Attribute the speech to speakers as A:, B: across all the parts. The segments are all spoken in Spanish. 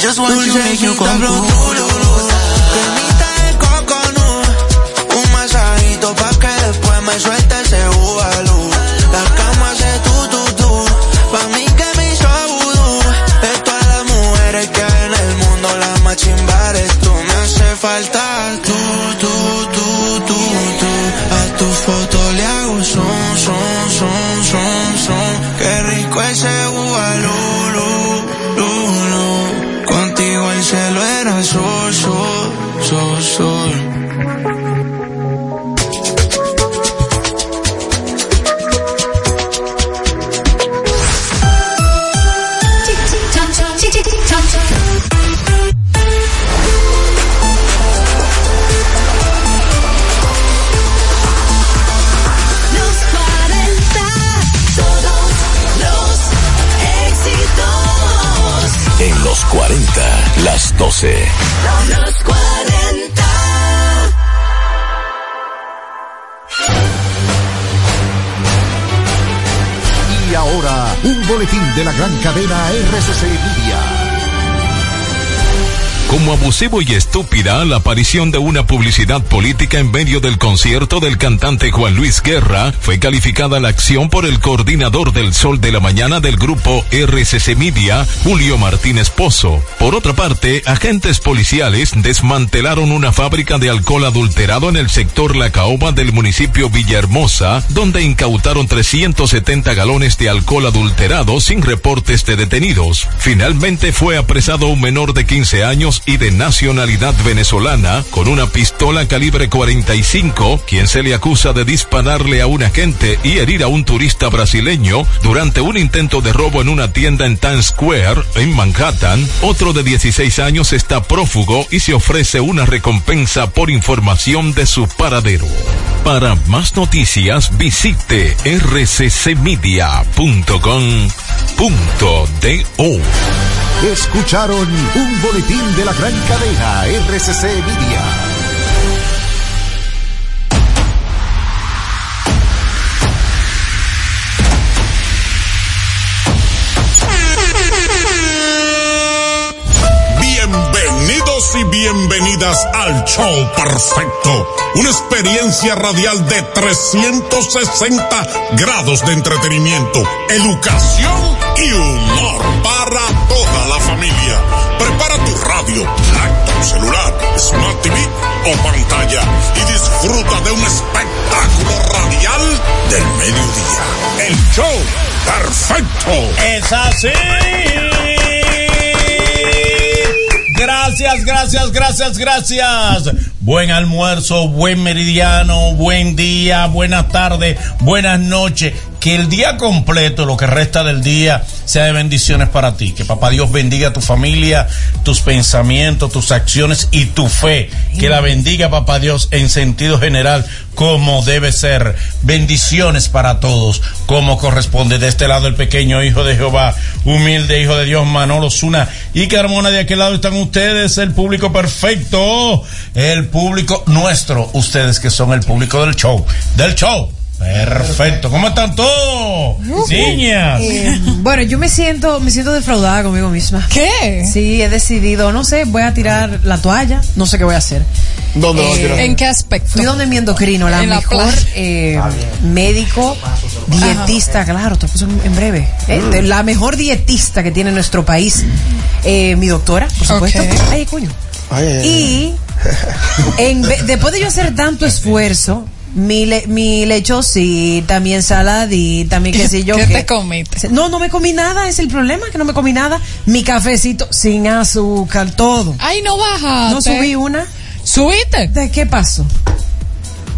A: just want you make you come through. Cremita de coco, no. Un masajito pa' que después me suelte ese ubalú. La cama se tu, tu, tu. Pa' mí que me hizo vudú. De todas las mujeres que hay en el mundo, la más chimba eres tú. Me hace falta tú, tú, tú, tú, tú. A tu foto le hago son, son, son, son, son. Qué rico ese ubalú, lu, lu, lu. Contigo el cielo era sol, sol, sol, sol.
B: Los 40, todos los éxitos.
C: En los 40, las 12.
B: Los 40,
D: Y ahora, un boletín de la gran cadena RCC Media.
E: Como abusivo y estúpida, la aparición de una publicidad política en medio del concierto del cantante Juan Luis Guerra fue calificada la acción por el coordinador del Sol de la Mañana del grupo RCC Media, Julio Martínez Pozo. Por otra parte, agentes policiales desmantelaron una fábrica de alcohol adulterado en el sector La Caoba del municipio Villahermosa, donde incautaron 370 galones de alcohol adulterado sin reportes de detenidos. Finalmente fue apresado un menor de 15 años y de nacionalidad venezolana con una pistola calibre 45, quien se le acusa de dispararle a un agente y herir a un turista brasileño durante un intento de robo en una tienda en Times Square, en Manhattan. Otro de 16 años está prófugo y se ofrece una recompensa por información de su paradero. Para más noticias, visite rccmedia.com.do.
D: Escucharon un boletín de la gran cadena RCC Media.
F: Bienvenidos y bienvenidas al show perfecto. Una experiencia radial de 360 grados de entretenimiento, educación y humor para toda la familia. Prepara tu radio, laptop, celular, smart TV o pantalla y disfruta de un espectáculo radial del mediodía. El show perfecto.
G: Es así. Gracias, gracias, gracias, gracias. Buen almuerzo, buen meridiano, buen día, buenas tardes, buenas noches. Que el día completo, lo que resta del día, sea de bendiciones para ti. Que papá Dios bendiga a tu familia, tus pensamientos, tus acciones y tu fe. Que la bendiga papá Dios en sentido general, como debe ser. Bendiciones para todos, como corresponde. De este lado el pequeño hijo de Jehová, humilde hijo de Dios, Manolo Zuna y Carmona. De aquel lado están ustedes, el público perfecto, el público nuestro, ustedes que son el público del show, del show. Perfecto. ¿Cómo están todos? Niñas.
H: Eh, bueno, yo me siento, me siento defraudada conmigo misma. ¿Qué? Sí, he decidido, no sé, voy a tirar la toalla, no sé qué voy a hacer. Eh,
I: ¿Dónde lo vas a tirar?
H: ¿En qué aspecto? Fui donde mi endocrino, la
J: En la
H: mejor
J: playa.
H: eh, médico, dietista, claro, te puse en en breve. eh,
J: Mm.
H: de- La mejor dietista que tiene nuestro país, eh, mi doctora, por supuesto.
J: Ok.
H: Ay, coño. Y en ve- después de yo hacer tanto esfuerzo, mi, le, mi lechocita, mi ensaladita, mi qué sé yo.
J: ¿Qué te
H: comiste? No, no me comí nada, es el problema, que no me comí nada. Mi cafecito sin azúcar, todo.
J: Ay, no baja.
H: No subí una. ¿Subiste? ¿De qué pasó?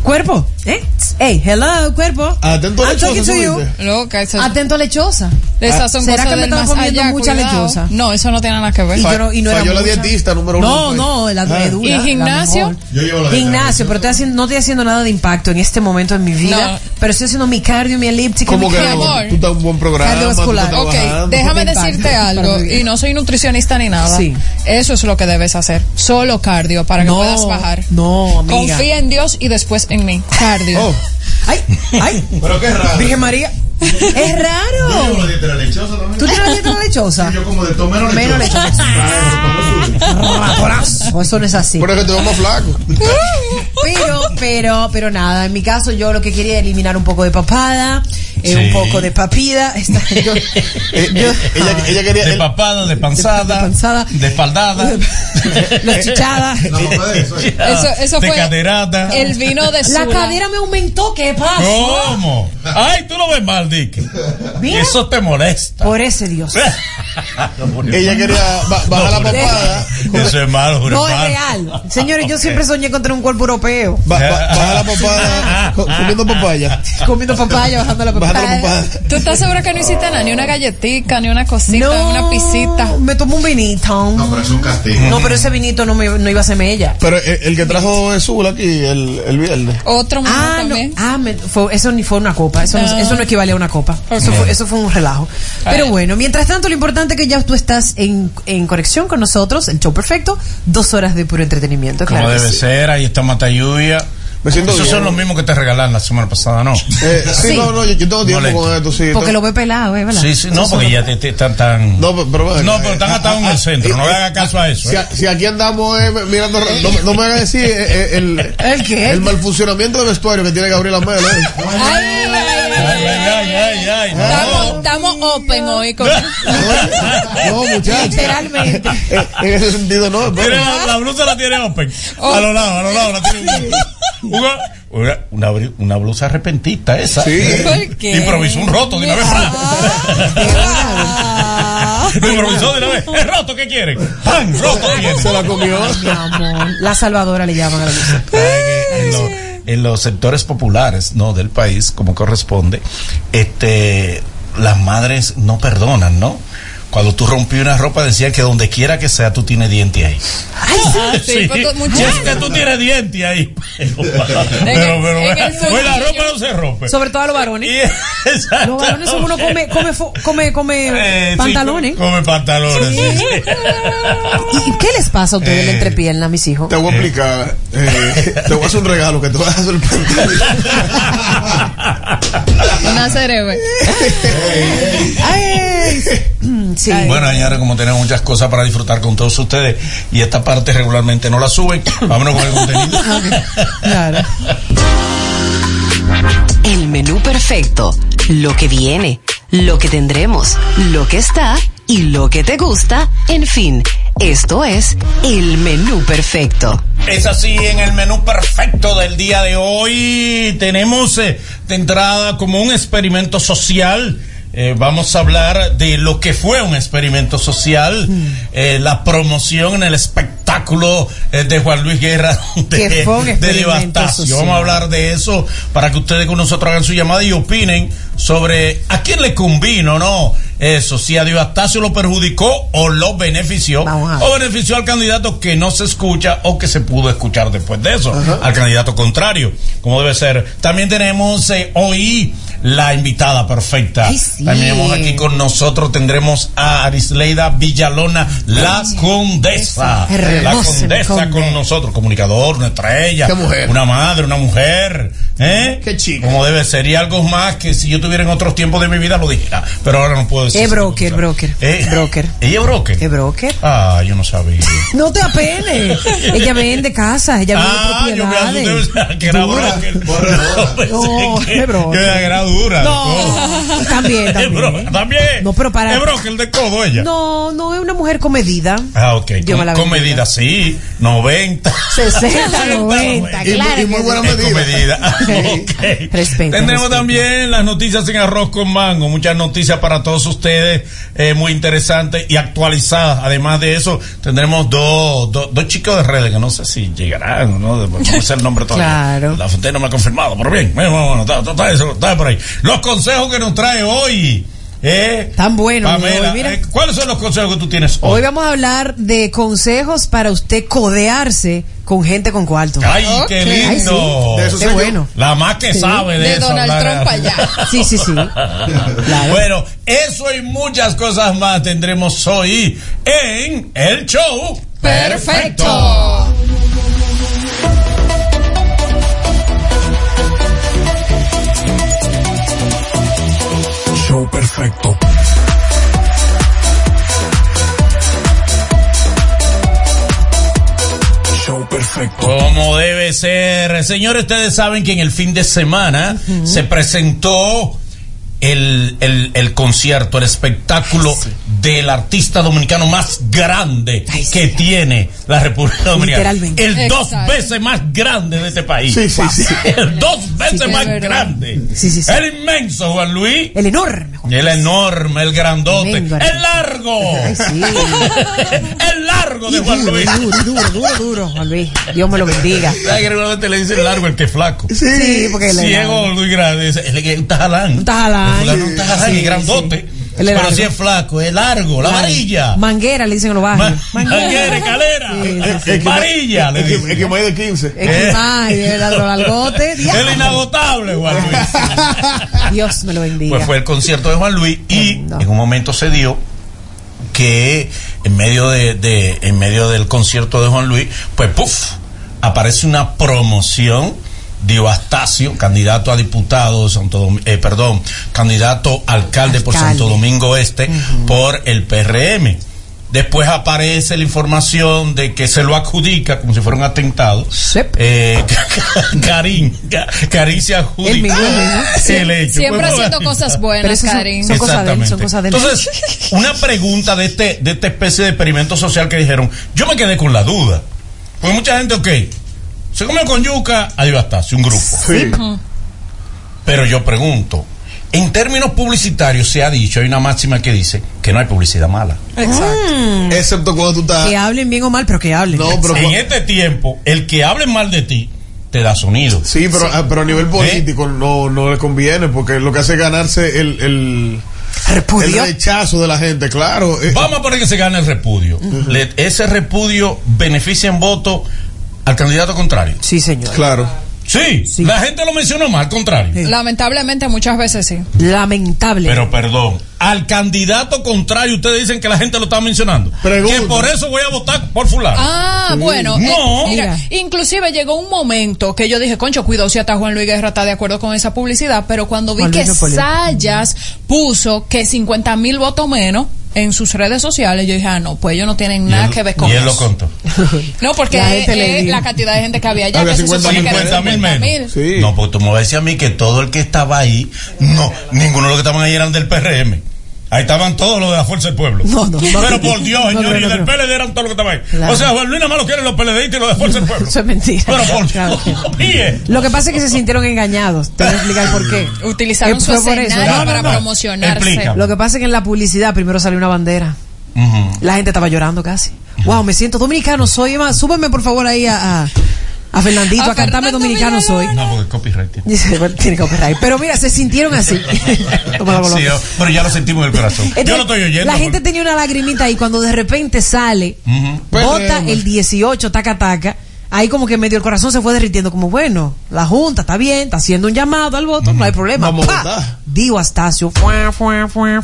H: Cuerpo, ¿eh? Hey, hello, cuerpo.
I: Atento
H: I'm
I: lechosa,
H: talking to you.
I: subiste.
J: Loca, esa-
H: Atento lechosa.
J: esas son
H: Ah, ¿Será
J: cosas
H: que me
J: del
H: estaba
J: más
H: comiendo
J: allá,
H: mucha
J: cuidado.
H: lechosa?
J: No, eso no tiene nada que ver.
H: Y yo no- y no era
I: Falló la
H: mucho.
I: dietista número uno.
H: No,
I: del país.
H: no, la
I: Ah.
H: dura.
J: ¿Y
H: la
J: gimnasio?
H: mejor.
I: Yo llevo la de
H: Gimnasio, pero estoy haciendo, no estoy haciendo nada de impacto en este momento en mi vida.
J: No.
H: Pero estoy haciendo mi cardio, mi elíptica,
I: Como
H: mi
I: que
J: Mi
H: cardio.
J: amor.
I: tú estás en un buen programa. tú estás
H: Cardiovascular.
J: Ok,
I: trabajando.
J: déjame
H: Mental.
J: decirte
H: Para
J: algo,
H: mi vida.
J: y no soy nutricionista ni nada.
H: Sí.
J: Eso es lo que debes hacer. Solo cardio para que
H: No,
J: puedas bajar.
H: no, amiga.
J: Confía en Dios y después en mí. Cardio.
I: Oh,
H: Ay, ay.
I: pero qué raro.
H: Virgen María. Es raro.
K: Yo dieta lechosa también.
H: ¿Tú tienes la dieta lechosa?
K: Yo como de todo menos
H: Menos
K: lechosa.
I: Ah,
H: Ratonazo. Eso no es así.
I: Pero es que te veo más flaco.
H: Pero, pero, pero nada, en mi caso yo lo que quería era eliminar un poco de papada, eh,
G: Sí.
H: un poco de papida. Esta- yo- yo-
G: ella, quería. De papada, de panzada. De, espaldada.
H: Los chichadas.
J: Eso, eso
G: de
J: fue
G: caderada.
J: el vino de
H: La
J: Sula.
H: cadera me aumentó, ¿qué pasa?
G: ¿Cómo? Ay, tú lo ves mal, Dick.
H: Mira.
G: Eso te molesta.
H: Por ese Dios.
I: Ella quería ba- bajar la papada.
G: Eso es malo,
H: No, es real. Señores, yo siempre soñé con tener un cuerpo europeo.
I: ba- ba- bajar la papada co- comiendo papaya.
H: Comiendo papaya, bajando la
I: Bajando la
H: papaya.
I: papada.
J: ¿Tú estás segura que no hiciste nada? Ni una galletica, ni una cosita, una pisita.
H: Me tomo un vinito.
K: No, pero es un castigo.
H: No, pero ese vinito no, me, no iba a hacerme ella.
I: Pero el, el que trajo es Zula aquí el, el viernes.
J: Otro más
H: Ah, no.
J: también.
H: Ah, me- fue- eso ni fue una copa. Eso no,
J: No.
H: eso no equivale a una copa. Eso,
J: Ok.
H: fue, eso fue un relajo. Pero bueno, mientras tanto, lo importante es que ya tú estás en, en conexión con nosotros, el show perfecto, dos horas de puro entretenimiento,
G: Como
H: claro. que
G: debe
H: sí.
G: ser, ahí está Mata Lluvia.
I: Me siento
G: Esos
I: bien.
G: son los mismos que te regalaron la semana pasada, ¿no?
I: Eh, sí,
H: Sí.
I: no, no, yo, yo tengo tiempo
G: Molesto.
I: con esto, sí.
H: Porque
I: tengo-
H: lo ve pelado, ¿eh? ¿Verdad?
G: Sí, sí, no,
H: Eso
G: porque
H: no-
G: ya te, te- están tan.
I: No, pero, pero-
G: No, pero están atados en
I: Ah,
G: el
I: ah,
G: centro.
I: eh,
G: No le
I: eh,
G: hagas caso a eso.
I: Si,
G: ¿eh?
I: a- si aquí andamos eh, mirando, no, me- no me hagas decir eh, eh, el,
H: ¿El qué?
I: el mal funcionamiento del vestuario que tiene Gabriela Melo. eh.
J: Ay, ay, ay,
G: Ay,
J: ay.
G: ay, ay, ay,
I: ah,
J: Estamos,
G: no.
J: estamos open hoy con
I: No, muchachos.
H: Literalmente.
I: Eh, en ese sentido, no.
G: Tiene
I: pero-
G: la, la blusa la tiene open. A los lados, a los lados la tiene open. Una, una- una, bri- una blusa repentista esa.
I: Sí.
J: ¿Por qué?
G: Improvisó un roto de una vez.
J: Ah.
G: Lo improvisó de una vez. ¿Es roto qué quieren? ¡Pan! ¡Roto tiene!
I: Se la comió.
H: Mi amor, la salvadora le llaman a la luz.
G: en, lo- en los sectores populares no del país como corresponde este las madres no perdonan no cuando tú rompí una ropa decían que donde quiera que sea tú tienes diente ahí
J: Ah, sí, pues, todo- muchacho.
G: es que tú tienes diente ahí pero pero,
J: en el
G: pues, la
J: bolsillo.
G: ropa no se rompe
H: Sobre todo a los varones.
G: Y-
H: Los varones son uno come, come, fo- come, come
G: Eh, sí,
H: pantalones.
G: come pantalones sí, sí.
H: ¿Y qué les pasa a ustedes en la
G: Eh,
H: entrepierna, mis hijos?
I: Te voy a explicar. eh, te voy a hacer un regalo que te vas a sorprender.
J: Una cereve.
H: Ay, mm, sí.
G: Bueno, señores, como tenemos muchas cosas para disfrutar con todos ustedes y esta parte regularmente no la suben, vámonos con el contenido.
H: Claro.
B: El menú perfecto, lo que viene, lo que tendremos, lo que está y lo que te gusta, en fin, esto es el menú perfecto.
G: Es así, en el menú perfecto del día de hoy tenemos eh, de entrada como un experimento social. eh, vamos a hablar de lo que fue un experimento social,
H: Hmm.
G: eh, la promoción en el espectáculo eh, de Juan Luis Guerra de,
H: Que fue un
G: de
H: experimento
G: Devastación.
H: social.
G: Vamos a hablar de eso para que ustedes con nosotros hagan su llamada y opinen sobre a quién le convino, ¿no? Eso, si a Devastación lo perjudicó o lo benefició,
H: Vamos a ver.
G: o benefició al candidato que no se escucha o que se pudo escuchar después de eso, al candidato contrario, como debe ser. También tenemos eh, hoy la invitada perfecta.
H: Ay, sí.
G: También tenemos aquí con nosotros, tendremos a Arisleida Villalona, la condesa. La
H: Hermosa
G: condesa
H: condesa.
G: con nosotros, comunicador, una estrella,
I: Qué mujer.
G: una madre, una mujer. ¿eh?
I: Qué chica.
G: Como debe ser, y algo más que si yo tuviera en otros tiempos de mi vida lo dijera, pero ahora no puedo decir.
H: Es broker, broker,
G: Eh,
H: broker.
G: ¿Ella es broker?
H: ¿Qué broker?
G: Ah, yo no sabía.
H: No te apenes. Ella vende casas, ella
G: Ah,
H: vende
G: yo me
H: propiedades.
G: asusté pensaba que era
H: Dura.
G: broker. No, pensé
H: No,
G: que-
H: qué
G: Yo
H: broker.
G: pensaba que era dura.
H: No, también,
G: Oh. Es
H: también.
G: bro- también.
H: No, pero para-
G: Es broker de codo ella.
H: No, no, es una mujer comedida.
G: Ah, ok.
H: Yo me la
G: con
H: vendía.
G: medida, sí. 90.
H: 60, 90,
I: Y,
H: claro.
I: y muy
H: que
I: buena
H: sí.
G: Es con
I: medida.
G: medida.
H: Sí.
G: Ok.
H: Respeto,
G: Tenemos
H: respeto.
G: también las noticias en arroz con mango. Muchas noticias para todos ustedes. eh, muy interesantes y actualizadas. Además de eso, tendremos dos, dos, dos chicos de redes que no sé si llegarán. No, no sé el nombre todavía.
H: Claro.
G: La fuente no me ha confirmado, pero bien. Bueno, bueno, bueno, está, está- está eso, está por ahí. Los consejos que nos trae hoy. Eh,
H: Tan buenos,
G: Pamela,
H: hoy, mira.
G: eh, ¿cuáles son los consejos que tú tienes
H: Hoy vamos a hablar de consejos para usted codearse con gente con cuarto.
G: Ay, qué
J: Ok. Ay,
G: lindo.
I: De eso
H: Qué
I: soy yo.
H: bueno.
G: La más que
H: Sí.
G: sabe de,
J: De
G: eso,
J: Donald
G: hablar-
J: Trump allá.
H: Sí, sí, sí. Claro.
G: Bueno, eso y muchas cosas más tendremos hoy en el show.
J: Perfecto.
C: perfecto.
G: Como debe ser. Señores, ustedes saben que en el fin de semana se presentó el, el- el concierto, el espectáculo del artista dominicano más grande que tiene la República Dominicana.
L: Literalmente.
G: El dos
L: Exacto.
G: veces más grande de este país.
L: Sí, sí, sí.
G: El dos veces
L: es
G: más
L: verdad.
G: grande. El inmenso Juan Luis.
H: El enorme.
G: El enorme, el grandote. El largo. el largo de Juan
H: Duro,
G: Luis.
H: duro, duro, duro, duro, Juan Luis. Dios me lo bendiga.
G: ¿Sabes que regularmente le dicen largo el que es flaco?
H: Sí, Sí, porque le-
G: Ciego muy grande. dice, El que está jalán. Está
H: jalán.
G: Está jalán
H: Sí,
G: y grandote.
H: Él es
G: Pero
H: largo.
G: si es flaco, es largo, la
H: Ay,
G: varilla.
H: Manguera, le dicen en los barrios.
G: Manguera, escalera. Varilla. le dicen.
I: Es que más de 15.
G: Eh.
H: Ay, el ladrón largote. diablo.
G: El inagotable, Juan Luis.
H: Dios me lo bendiga.
G: Pues fue el concierto de Juan Luis y en un momento se dio que en medio de, de- en medio del concierto de Juan Luis, pues puff, aparece una promoción de Astacio, candidato a diputado de Santo Domi- eh, perdón, candidato a alcalde por
M: Alcalde.
G: Santo Domingo Este por el PRM. Después aparece la información de que se lo adjudica como si fuera un atentado. Eh, Karim, Ka- Karim se adjudica
J: Él mismo, él mismo.
G: el hecho.
J: Siempre
G: Pues,
J: haciendo cosas
H: Pero
J: buenas,
H: eso son-
J: Karim.
H: son cosas de él, son cosas de él.
G: entonces, una pregunta de este de esta especie de experimento social que dijeron, yo me quedé con la duda. Porque mucha gente, ok, se come con yuca, ahí bastaste, un grupo. Pero yo pregunto, en términos publicitarios se ha dicho, hay una máxima que dice que no hay publicidad mala.
H: Mm.
I: Excepto cuando tú
G: Ah.
I: estás.
H: Que hablen bien o mal, pero que hablen.
G: en este tiempo, el que hable mal de ti, te da sonido.
I: Sí, pero, ah, pero a nivel político no, no le conviene porque lo que hace es ganarse el, el, el rechazo de la gente, claro. eh,
G: Vamos a poner que se gane el repudio. Le- ese repudio beneficia en voto al candidato contrario.
H: Sí, señor.
I: Claro.
G: Sí, la gente lo mencionó mal, al contrario.
J: Lamentablemente, muchas veces sí.
H: Lamentable.
G: Pero perdón, al candidato contrario ustedes dicen que la gente lo está mencionando. Que por eso voy a votar por fulano.
J: Ah, bueno. eh,
G: No.
J: mira, inclusive llegó un momento que yo dije, concho, cuidado si hasta Juan Luis Guerra está de acuerdo con esa publicidad, pero cuando vi
H: Juan
J: que
H: Luis Napoleón.
J: Sayas puso que 50 mil votos menos en sus redes sociales, yo dije, ah, no, pues ellos no tienen nada que ver con
G: Y él lo
J: eso.
G: contó.
J: No, porque
G: La
J: es
G: gente le
J: es
G: dio.
J: la cantidad de gente que había allá.
G: Había
J: Ah, que se supone que era
G: 50.000
J: 50.000.
G: menos. No, pues tú me vas a decir a mí que todo el que estaba ahí, no, ninguno de los que estaban ahí eran del PRM. Ahí estaban todos los de la Fuerza del Pueblo.
L: No, no, no.
G: Pero por Dios,
L: No, no,
G: señores,
L: no,
G: y del
L: no.
G: PLD eran todos los que estaban ahí.
L: Claro.
G: O sea, Juan Luis nada más lo quieren los PLDistas y los de Fuerza del Pueblo.
H: Eso es mentira.
G: Pero por Dios,
H: Claro.
G: oye.
H: Lo que pasa es que se sintieron engañados. Te voy a explicar por qué.
J: Utilizaron
H: Eh,
J: su
H: fue por eso.
J: escenario
H: No, no,
J: para
H: no.
J: promocionarse.
H: Lo que pasa es que en la publicidad primero salió una bandera. La gente estaba llorando casi. Wow, me siento dominicano soy. Emma, súbeme por favor ahí a, a, a Fernandito a, cantarme dominicano soy.
G: No, porque copyright tiene.
H: Dice, bueno, tiene copyright. Pero mira, se sintieron así. Tómala,
G: Sí, oh.
H: Colombia.
G: yo- pero ya lo sentimos en el corazón. yo lo
H: Entonces,
G: estoy oyendo.
H: la gente tenía una lagrimita y cuando de repente sale,
G: Ujú.
L: Pues,
H: vota
L: eh,
H: el 18, taca, taca. Ahí como que medio el corazón se fue derritiendo, como bueno, la Junta está bien, está haciendo un llamado al voto, no hay problema.
L: Vamos a
H: ¡Pa!
L: votar.
H: Digo Astacio, fue, fue, fue,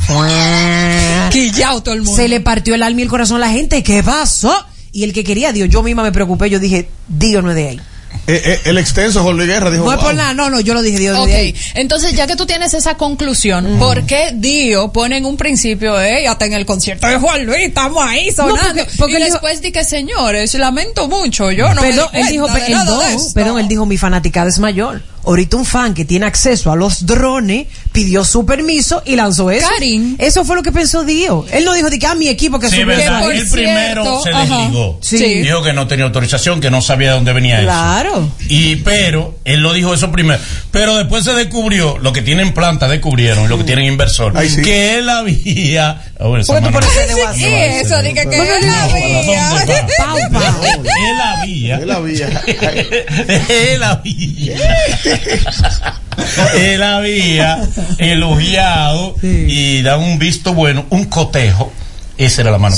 H: fue.
J: Quillao todo el mundo.
H: Se le partió el alma y el corazón a la gente, ¿qué pasó? Y el que quería, Dios, yo misma me preocupé, yo dije, Dios no es de ahí.
I: eh, eh, el extenso Jorge Guerra dijo.
H: No es por
I: "Wow".
H: nada, no, no, yo lo dije, Dios no es
J: Ok,
H: de ahí.
J: entonces ya que tú tienes esa conclusión, ¿por qué Dio pone en un principio, eh, hasta en el concierto de Juan Luis, estamos ahí sonando?
H: porque- porque
J: y
H: él dijo-
J: después di que, señores, lamento mucho, yo Oh, no
H: perdón,
J: me di
H: él dijo,
J: cuenta de
H: perdón,
J: nada de esto.
H: perdón, él dijo, mi fanaticada es mayor. Ahorita un fan que tiene acceso a los drones pidió su permiso y lanzó eso. Eso fue lo que pensó Dio. Él no dijo de que a mi equipo que
G: Sí,
H: subió
G: verdad.
H: eso".
G: Él primero se
H: ajá.
G: desligó.
H: Sí.
G: Dijo que no tenía autorización, que no sabía de dónde venía
H: Claro.
G: eso. Y pero, él lo dijo eso primero. Pero después se descubrió, lo que tienen planta descubrieron, lo que tienen inversor, que él había... Ah, bueno, esa
J: Porque tú
G: mano-
J: pareces de WhatsApp. Sí, eso, di que- que él había.
G: Él había. Él había. Él había. Él había elogiado y dado un visto bueno, un cotejo. Esa era la mano.